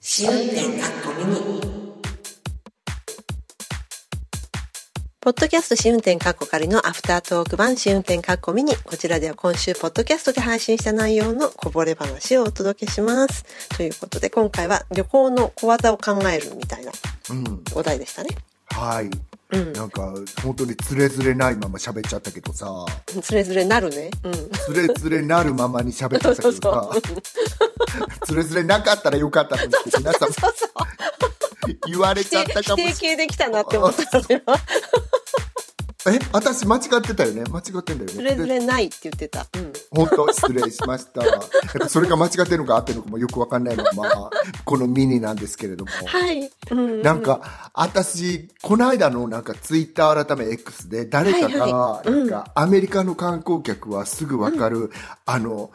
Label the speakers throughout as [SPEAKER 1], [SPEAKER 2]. [SPEAKER 1] 試運転かっこミニ
[SPEAKER 2] ポッドキャスト試運転カッコ仮のアフタートーク版試運転カッコミニ。こちらでは今週、ポッドキャストで配信した内容のこぼれ話をお届けします。ということで、今回は旅行の小技を考えるみたいな
[SPEAKER 3] うん、
[SPEAKER 2] お題でしたね。
[SPEAKER 3] はい。
[SPEAKER 2] うん。
[SPEAKER 3] なんか、本当につれづれないまま喋っちゃったけどさ、
[SPEAKER 2] つれづれなるね。うん。
[SPEAKER 3] つれづれなるままに喋っちゃったけどさ、 つれづれなかったらよかったのにって皆さん
[SPEAKER 2] そうそう。
[SPEAKER 3] 言われちゃった
[SPEAKER 2] 否
[SPEAKER 3] かも
[SPEAKER 2] 定
[SPEAKER 3] しれ
[SPEAKER 2] 形できたなって思ったのよ。
[SPEAKER 3] ない。え、私間違ってたよね間違ってんだよね。
[SPEAKER 2] つれづれないって言ってた。うん。
[SPEAKER 3] 本当失礼しました。なんかそれが間違ってるのか合ってるのかもよくわかんないまま、このミニなんですけれども。
[SPEAKER 2] はい。うん。
[SPEAKER 3] なんか、私、この間のなんかツイッター改め X で、誰か
[SPEAKER 2] はい
[SPEAKER 3] が、
[SPEAKER 2] いうん
[SPEAKER 3] なんか、アメリカの観光客はすぐわかる、あの、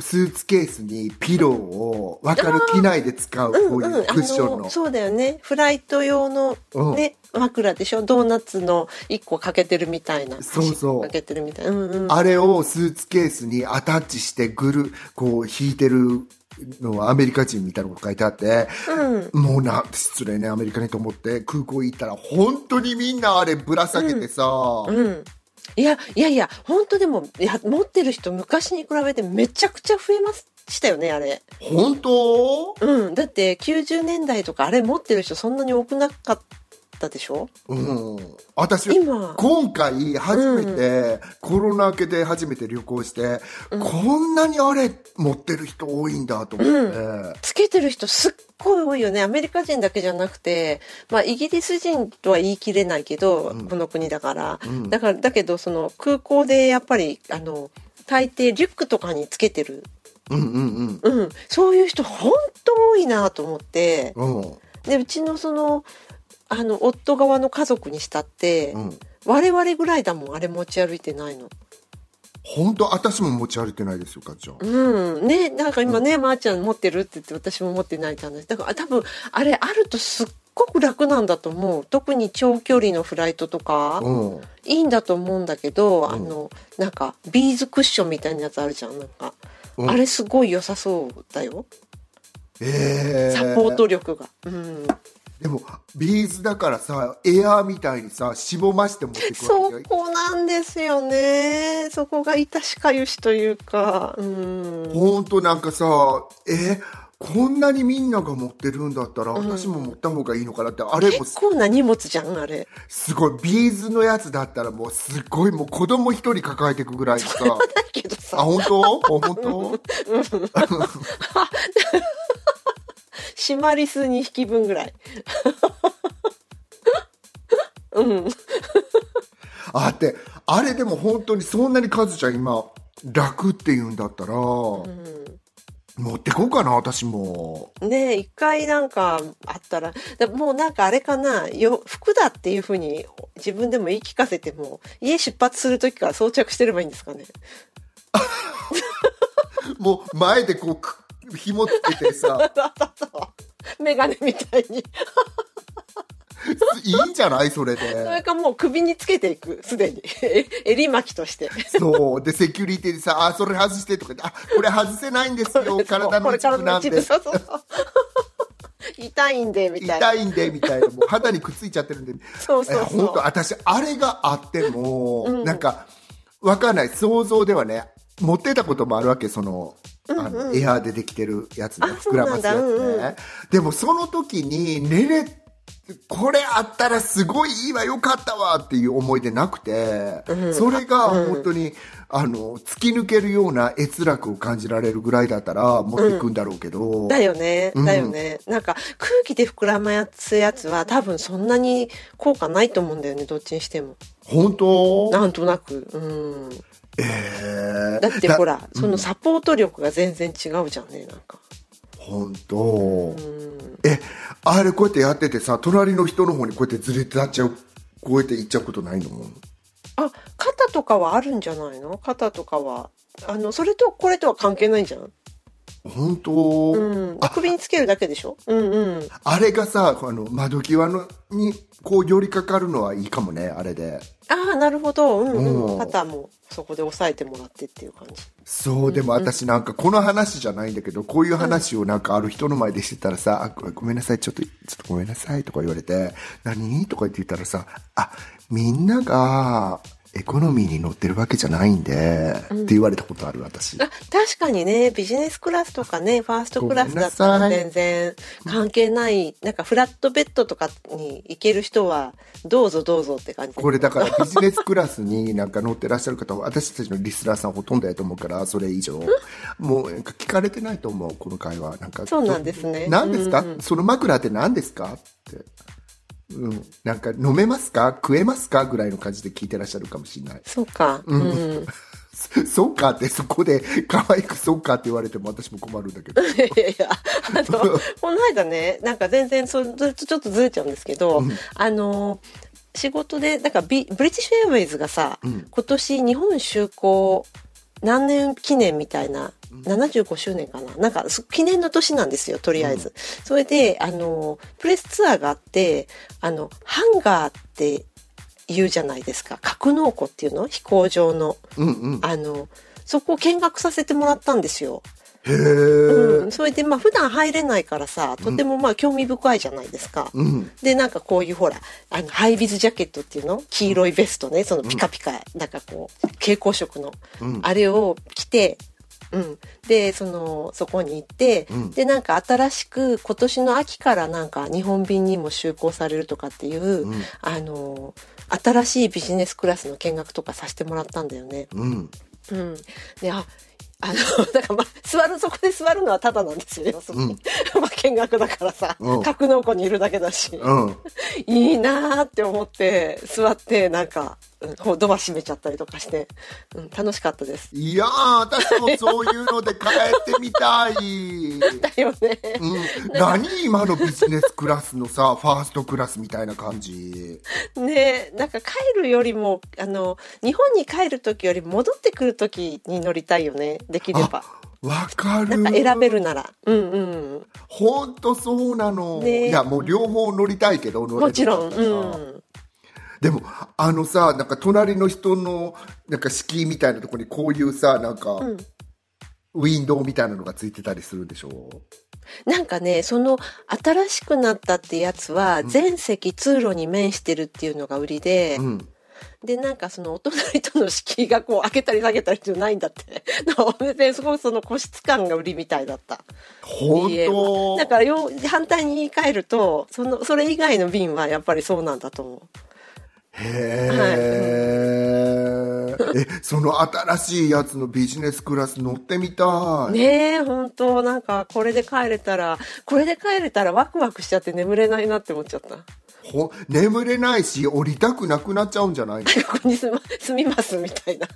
[SPEAKER 3] スーツケースにピローをわかる機内で使う、こういうクッション
[SPEAKER 2] あ
[SPEAKER 3] の。
[SPEAKER 2] そうだよねフライト用の、
[SPEAKER 3] うん
[SPEAKER 2] ね枕でしょドーナツの1個かけてるみたいな
[SPEAKER 3] そうそう
[SPEAKER 2] かけてるみたいな、うんうん、
[SPEAKER 3] あれをスーツケースにアタッチしてぐる、こう引いてるのはアメリカ人みたいなこと書いてあって、
[SPEAKER 2] うん
[SPEAKER 3] もうな、失礼ね、アメリカにと思って空港行ったら本当にみんなあれぶら下げてさ、
[SPEAKER 2] うんいやいやいや本当でもいや持ってる人昔に比べてめちゃくちゃ増えましたよねあれ、
[SPEAKER 3] 本当
[SPEAKER 2] うん、だって90年代とかあれ持ってる人そんなに多くなかったでしょ
[SPEAKER 3] うん。私、
[SPEAKER 2] 今
[SPEAKER 3] 今回初めて、コロナ明けで初めて旅行して、こんなにあれ持ってる人多いんだと思って、
[SPEAKER 2] つけてる人すっごい多いよねアメリカ人だけじゃなくて、まあ、イギリス人とは言い切れないけど、
[SPEAKER 3] ん
[SPEAKER 2] この国だから、
[SPEAKER 3] うん
[SPEAKER 2] だからだけどその空港でやっぱりあの大抵リュックとかにつけてる、
[SPEAKER 3] うんうん
[SPEAKER 2] うん、そういう人本当多いなと思って
[SPEAKER 3] うん。うん。
[SPEAKER 2] でうちのそのあの夫側の家族にしたって、
[SPEAKER 3] うん。
[SPEAKER 2] 我々ぐらいだもんあれ持ち歩いてないの。
[SPEAKER 3] 本当、私も持ち歩いてないですよ、課長。
[SPEAKER 2] うん。ね、なんか今ね、まー、ちゃん持ってるって言って私も持ってないって話。だから多分、あれあるとすっごく楽なんだと思う。特に長距離のフライトとか、
[SPEAKER 3] うん。
[SPEAKER 2] いいんだと思うんだけど、
[SPEAKER 3] ん
[SPEAKER 2] あの、なんか、ビーズクッションみたいなやつあるじゃん、なんか。
[SPEAKER 3] うん
[SPEAKER 2] あれすごい良さそうだよ。
[SPEAKER 3] ええ
[SPEAKER 2] サポート力が。うん。
[SPEAKER 3] でも、ビーズだからさ、エアーみたいにさ、しぼまして持ってくる
[SPEAKER 2] そ
[SPEAKER 3] わけじ
[SPEAKER 2] こなんですよね。そこが痛しかゆしというか、うん
[SPEAKER 3] ゃん。。本当なんかさ、えこんなにみんなが持ってるんだったら、私も持った方がいいのかなって、あれも
[SPEAKER 2] 結構な荷物じゃん、あれ。
[SPEAKER 3] すごい、ビーズのやつだったらもうすごい、もう子供一人抱えてくぐらいのさ。
[SPEAKER 2] だけどさ
[SPEAKER 3] あ、。本当あ本
[SPEAKER 2] シマリス2匹分ぐらい。 うん。
[SPEAKER 3] 当あって、あれでも本当にそんなにカズちゃん今、楽って言うんだったら、持ってこうかな、私も。
[SPEAKER 2] ねえ、一回なんかあったら、だもうなんかあれかな、よ服だっていうふうに自分でも言い聞かせても、家出発する時から装着してればいいんですかね。
[SPEAKER 3] もう前でこうく、紐つけて さ、
[SPEAKER 2] あったあったわメガネみたいに。
[SPEAKER 3] いいんじゃないそれ
[SPEAKER 2] それ
[SPEAKER 3] で。
[SPEAKER 2] かもう首につけていく、すでに。 襟巻きとして。
[SPEAKER 3] そう。で、セキュリティでさ、あ、それ外してとか言って、あ、これ外せないんですよ、体
[SPEAKER 2] こ
[SPEAKER 3] の
[SPEAKER 2] れ
[SPEAKER 3] 一
[SPEAKER 2] から
[SPEAKER 3] 部な
[SPEAKER 2] の
[SPEAKER 3] んで
[SPEAKER 2] 一。部そうそうそう 痛いんで、みたいな。
[SPEAKER 3] 痛いんでみたいなもう肌にくっついちゃってるんで
[SPEAKER 2] そうそうそう
[SPEAKER 3] え本当私あれがあっても、なんかわかんない想像ではね持ってたこともあるわけその,、あのエアーでできてるやつね
[SPEAKER 2] あ
[SPEAKER 3] 膨らますやつね、
[SPEAKER 2] そうなんだうんう
[SPEAKER 3] でもその時に寝れこれあったらすごいいいわよかったわっていう思い出なくて、それが本当に、あの突き抜けるような閲楽を感じられるぐらいだったら持っていくんだろうけど、
[SPEAKER 2] だよね、
[SPEAKER 3] うん
[SPEAKER 2] だよね。なんか空気で膨らますやつは多分そんなに効果ないと思うんだよね、どっちにしても。
[SPEAKER 3] 本当
[SPEAKER 2] なんとなく。うん。
[SPEAKER 3] えー
[SPEAKER 2] だってほら、そのサポート力が全然違うじゃんね、なんか。
[SPEAKER 3] 本当、えあれこうやってやっててさ隣の人の方にこうやってずれてなっちゃうこうやって行っちゃうことないの
[SPEAKER 2] あ、肩とかはあるんじゃないの肩とかは。あの、それとこれとは関係ないじゃん。
[SPEAKER 3] 本当、
[SPEAKER 2] うん。
[SPEAKER 3] あ
[SPEAKER 2] 首につけるだけでしょうんうん。
[SPEAKER 3] あれがさあの窓際のにこう寄りかかるのはいいかもねあれで
[SPEAKER 2] ああなるほど、うんう
[SPEAKER 3] うん
[SPEAKER 2] ん、肩もそこで押さえてもらってっていう感じ
[SPEAKER 3] そう、でも私なんかこの話じゃないんだけど、こういう話をなんかある人の前でしてたらさ、あごごめんなさい、ちょっと、ちょっとごめんなさいとか言われて、何とか言って言ったらさ、あ、みんながエコノミーに乗ってるわけじゃないんで、って言われたことある私。
[SPEAKER 2] あ確かにねビジネスクラスとかねファーストクラスだった
[SPEAKER 3] ご
[SPEAKER 2] ら
[SPEAKER 3] めんなさい
[SPEAKER 2] 全然関係ないなんかフラットベッドとかに行ける人はどうぞどうぞって感じ
[SPEAKER 3] これだからビジネスクラスになんか乗ってらっしゃる方は私たちのリスナーさんほとんどやと思うからそれ以上もうなんか聞かれてないと思うこの会話なんか
[SPEAKER 2] そうなんですね
[SPEAKER 3] 何ですか、
[SPEAKER 2] うんうんうん
[SPEAKER 3] その枕って何ですかって、うん、なんか飲めますか食えますかぐらいの感じで聞いてらっしゃるかもしれない
[SPEAKER 2] そうかうん、い
[SPEAKER 3] そそうかってそこで可愛くそうかって言われても私も困るんだけど
[SPEAKER 2] やいやいやあのこの間ねなんか全然それとちょっとずれちゃうんですけど、あの仕事でだからビブリティッシュエアウェイズがさ、
[SPEAKER 3] ん
[SPEAKER 2] 今年日本就航何年記念みたいな75周年かななんかす記念の年なんですよとりあえず、それであのプレスツアーがあってあのハンガーって言うじゃないですか格納庫っていうの飛行場の
[SPEAKER 3] うんうん
[SPEAKER 2] あのそこを見学させてもらったんですよ。
[SPEAKER 3] へえ
[SPEAKER 2] うん、それでまあ普段入れないからさとてもまあ興味深いじゃないですか。
[SPEAKER 3] うん
[SPEAKER 2] でなんかこういうほらあのハイビズジャケットっていうの黄色いベストねそのピカピカ、なんかこう蛍光色の、
[SPEAKER 3] うん
[SPEAKER 2] あれを着て、うん、でそのそこに行って、
[SPEAKER 3] うん
[SPEAKER 2] でなんか新しく今年の秋からなんか日本便にも就航されるとかっていう、
[SPEAKER 3] うん
[SPEAKER 2] あの新しいビジネスクラスの見学とかさせてもらったんだよね。
[SPEAKER 3] うん
[SPEAKER 2] うん、でああの だからまあ座るそこで座るのはただなんですよ要するに、 まあ見学だからさ、
[SPEAKER 3] うん
[SPEAKER 2] 格納庫にいるだけだし、
[SPEAKER 3] うん
[SPEAKER 2] いいなーって思って座ってなんか、うん、こうドア閉めちゃったりとかして、うん、楽しかったです。
[SPEAKER 3] いやー私もそういうので帰ってみたい
[SPEAKER 2] だよね。
[SPEAKER 3] うん、何今のビジネスクラスのさファーストクラスみたいな感じ
[SPEAKER 2] ねなんか帰るよりもあの日本に帰る時より戻ってくる時に乗りたいよねできれば
[SPEAKER 3] わ
[SPEAKER 2] な
[SPEAKER 3] かる
[SPEAKER 2] んか選べるならうんうん
[SPEAKER 3] ほんとそうなの、
[SPEAKER 2] ねえ
[SPEAKER 3] いやもう両方乗りたいけど乗れ
[SPEAKER 2] もち
[SPEAKER 3] な
[SPEAKER 2] ろ
[SPEAKER 3] か
[SPEAKER 2] ん
[SPEAKER 3] った
[SPEAKER 2] う
[SPEAKER 3] ら
[SPEAKER 2] ん
[SPEAKER 3] でもあのさなんか隣の人のなんか敷居みたいなとこにこういうさなんか、
[SPEAKER 2] ん
[SPEAKER 3] ウィンドウみたいなのがついてたりするんでしょ
[SPEAKER 2] なんかねその新しくなったってやつは全席通路に面してるっていうのが売りで、
[SPEAKER 3] うん
[SPEAKER 2] でなんかそのお隣との敷居がこう開けたり下げたりじゃないんだって なんか全然すごくその個室感が売りみたいだった
[SPEAKER 3] 本
[SPEAKER 2] 家は
[SPEAKER 3] 当
[SPEAKER 2] だからよ反対に言い換えるとそのそれ以外の瓶はやっぱりそうなんだと思う
[SPEAKER 3] へーえその新しいやつのビジネスクラス乗ってみたい、
[SPEAKER 2] ねえ本当なんかこれで帰れたらこれで帰れたらワクワクしちゃって眠れないなって思っちゃった
[SPEAKER 3] ほ眠れないし降りたくなくなっちゃうんじゃないの
[SPEAKER 2] ここに住,、ま、住みますみたいな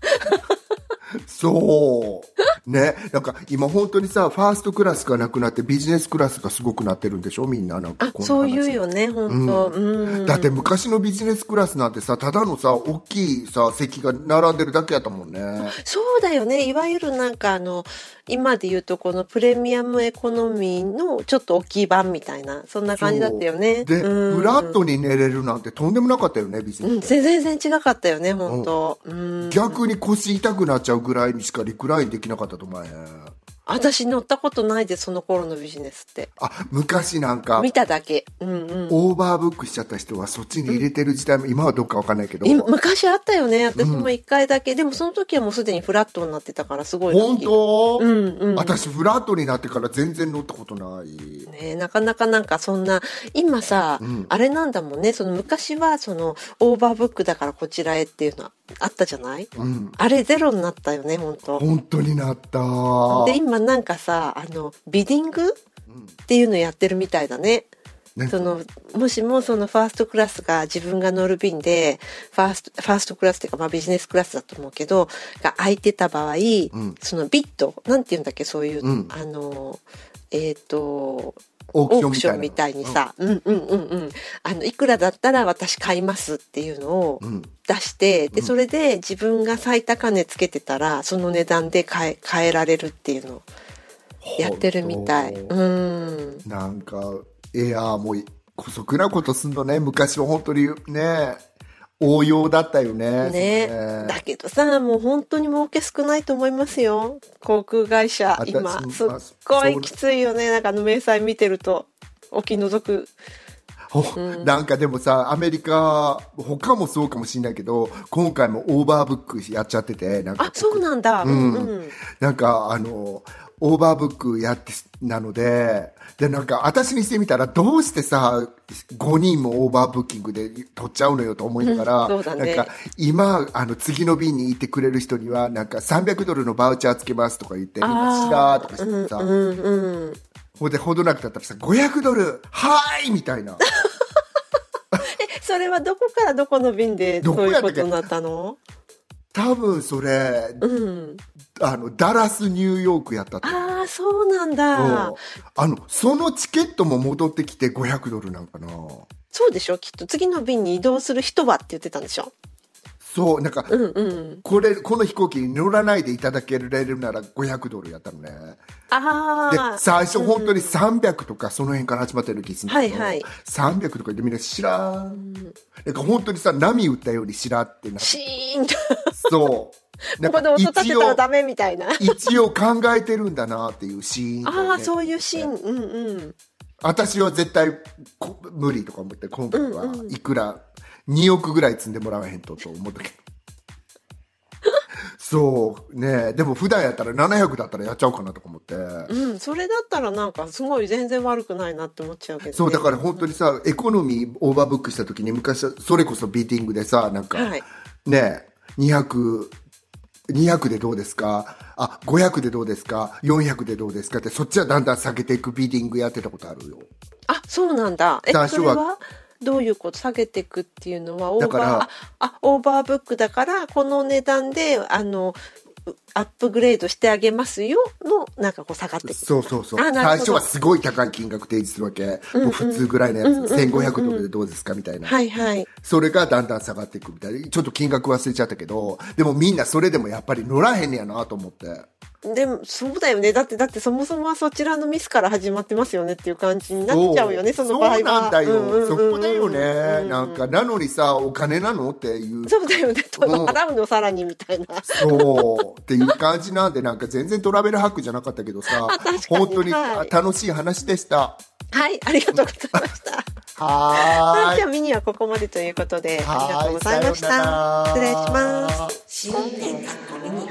[SPEAKER 3] そうねなんか今本当にさファーストクラスがなくなってビジネスクラスがすごくなってるんでしょみんななんか
[SPEAKER 2] あ
[SPEAKER 3] こんな話
[SPEAKER 2] そういうよね本当うん、
[SPEAKER 3] だって昔のビジネスクラスなんてさただのさ大きいさ席が並んでるだけやったもんね
[SPEAKER 2] そうだよねいわゆるなんかあの今で言うとこのプレミアムエコノミーのちょっと大きい版みたいなそんな感じだったよね
[SPEAKER 3] で
[SPEAKER 2] うん
[SPEAKER 3] フラットに寝れるなんてとんでもなかったよねビジネス
[SPEAKER 2] うん、全然違かったよね本当うん
[SPEAKER 3] 逆に腰痛くなっちゃうぐらいにしかリクラインできなかったと思えへん
[SPEAKER 2] 私乗ったことないでその頃のビジネスって
[SPEAKER 3] あ昔なんか
[SPEAKER 2] 見ただけうんうん
[SPEAKER 3] オーバーブックしちゃった人はそっちに入れてる時代も今はどうかわかんないけど
[SPEAKER 2] 今昔あったよね私も一回だけ、でもその時はもうすでにフラットになってたからすごい
[SPEAKER 3] 本当、
[SPEAKER 2] うんうん
[SPEAKER 3] 私フラットになってから全然乗ったことない
[SPEAKER 2] ね、なかなかなんかそんな今さ、
[SPEAKER 3] うん
[SPEAKER 2] あれなんだもんねその昔はそのオーバーブックだからこちらへっていうのあったじゃない、
[SPEAKER 3] うん
[SPEAKER 2] あれゼロになったよね本当
[SPEAKER 3] 本当になった
[SPEAKER 2] で今なんかさあのビディングっていうのやってるみたいだね
[SPEAKER 3] ね
[SPEAKER 2] そのもしもそのファーストクラスが自分が乗る便でファーストファーストクラスっていうか、まあ、ビジネスクラスだと思うけどが空いてた場合、
[SPEAKER 3] ん
[SPEAKER 2] そのビットなんて言うんだっけそういう、
[SPEAKER 3] うん
[SPEAKER 2] あのえっ、と
[SPEAKER 3] オ
[SPEAKER 2] オークションみ
[SPEAKER 3] い
[SPEAKER 2] たいにさ、うん、うんうんうんあのいくらだったら私買いますっていうのを
[SPEAKER 3] なうん
[SPEAKER 2] 出して、でそれで自分が最高値つけてたらその値段で買え買えられるっていうのをやってるみたい
[SPEAKER 3] 本
[SPEAKER 2] う
[SPEAKER 3] 当
[SPEAKER 2] ん
[SPEAKER 3] なんかエアーも姑息なことすんのね昔は本当にね応用だったよね。
[SPEAKER 2] ね
[SPEAKER 3] それ
[SPEAKER 2] だけどさ、もう本当に儲け少ないと思いますよ。航空会社
[SPEAKER 3] あ、た
[SPEAKER 2] 今
[SPEAKER 3] そ。う
[SPEAKER 2] すっ
[SPEAKER 3] あ
[SPEAKER 2] ご
[SPEAKER 3] そ
[SPEAKER 2] いうきついよね。なんかあの明細見てると、お気の毒。
[SPEAKER 3] ほなんかでもさアメリカ他もそうかもしれないけど今回もオーバーブックやっちゃっててなん
[SPEAKER 2] あ
[SPEAKER 3] か、
[SPEAKER 2] そうなんだ。うん、うん。
[SPEAKER 3] なんかあのオーバーブックやってなのででなんか私にしてみたらどうしてさ5人もオーバーブッキングで取っちゃうのよと思いながら、
[SPEAKER 2] うん そうだね
[SPEAKER 3] なんか今あの次の便に行ってくれる人にはなんか300ドルのバウチャーつけますとか言ってみんなしたとかしてさ、
[SPEAKER 2] うん、うん。
[SPEAKER 3] ほんでほどなくだったらさ500ドルはーいみたいな。
[SPEAKER 2] それはどこからどこの便で
[SPEAKER 3] ど
[SPEAKER 2] そ
[SPEAKER 3] こ
[SPEAKER 2] うい
[SPEAKER 3] や
[SPEAKER 2] う
[SPEAKER 3] った
[SPEAKER 2] こ
[SPEAKER 3] っけ
[SPEAKER 2] とになったの
[SPEAKER 3] 多分それ
[SPEAKER 2] うん。
[SPEAKER 3] あのダラスニューヨークやったと
[SPEAKER 2] ああ、そうなん
[SPEAKER 3] うん
[SPEAKER 2] だ。
[SPEAKER 3] あのそのチケットも戻ってきて500ドルなんかな
[SPEAKER 2] そうでしょきっと次の便に移動する人はって言ってたんでしょ
[SPEAKER 3] そうなんか、
[SPEAKER 2] うんうん。
[SPEAKER 3] これこの飛行機に乗らないでいただけられるなら500ドルやったのねで
[SPEAKER 2] ああ。
[SPEAKER 3] 最初本当に300とかその辺から始まってる気がするんだけど、
[SPEAKER 2] はいはい
[SPEAKER 3] 300とか言ってみんな知らんなんか本当にさ波打ったように知らんって な
[SPEAKER 2] シーンと、
[SPEAKER 3] そうな
[SPEAKER 2] ここ
[SPEAKER 3] ん
[SPEAKER 2] で音立て
[SPEAKER 3] 一
[SPEAKER 2] たら
[SPEAKER 3] 応
[SPEAKER 2] ダメみたいな。あ
[SPEAKER 3] 一応考えてるんだなっていうシーン
[SPEAKER 2] あ
[SPEAKER 3] とね、
[SPEAKER 2] ー、そういうシーン。うんうん。
[SPEAKER 3] 私は絶対こ無理とか思って今回はいくら2億ぐらい積んでもらわへんとと思っ たけどそうねでも普段やったら700だったらやっちゃおうかなとか思って、
[SPEAKER 2] うん、それだったらなんかすごい全然悪くないなって思っちゃうけど、ね。
[SPEAKER 3] そうだから本当にさエコノミーオーバーブックした時に昔はそれこそビーティングでさなんか、
[SPEAKER 2] はい
[SPEAKER 3] ね200 200でどうですかあ500でどうですか400でどうですかってそっちはだんだん下げていくビーティングやってたことあるよ
[SPEAKER 2] あ、そうなんだ。え、
[SPEAKER 3] 最
[SPEAKER 2] そ
[SPEAKER 3] 初
[SPEAKER 2] れ
[SPEAKER 3] は
[SPEAKER 2] はどういうこと下げていくっていうのはオー
[SPEAKER 3] だ
[SPEAKER 2] バ
[SPEAKER 3] か
[SPEAKER 2] ー
[SPEAKER 3] ら
[SPEAKER 2] ああオーバーブックだからこの値段であのうアップグレードしてあげますよのなんかこう下がっていく。
[SPEAKER 3] そうそうそう
[SPEAKER 2] あ
[SPEAKER 3] 最
[SPEAKER 2] なるほど
[SPEAKER 3] 初はすごい高い金額提示するわけ、もう普通ぐらいのやつ、1500ドルでどうですかみたいな、
[SPEAKER 2] はいはい。
[SPEAKER 3] それがだんだん下がっていくみたいなちょっと金額忘れちゃったけどでもみんなそれでもやっぱり乗らへんねやなと思って
[SPEAKER 2] でもそうだよね。だってだってそもそもはそちらのミスから始まってますよねっていう感じになっちゃうよね。その場合は。
[SPEAKER 3] そうなんだよ、
[SPEAKER 2] うんうんうんうん
[SPEAKER 3] そこだよね、なんかなのにさお金なのっていう
[SPEAKER 2] そうだよね。 と
[SPEAKER 3] うん
[SPEAKER 2] 払うのさらにみたいな。
[SPEAKER 3] そうっていう感じなんでなんか全然トラベルハックじゃなかったけ どさ本当に
[SPEAKER 2] はい
[SPEAKER 3] 楽しい話でした
[SPEAKER 2] はい、ありがとうございました。
[SPEAKER 3] はーい
[SPEAKER 2] 今日ミニはここまでということでありがとうございまし
[SPEAKER 3] はいさような
[SPEAKER 2] た。
[SPEAKER 3] ら
[SPEAKER 2] 失礼します。
[SPEAKER 1] 新年かっこミニ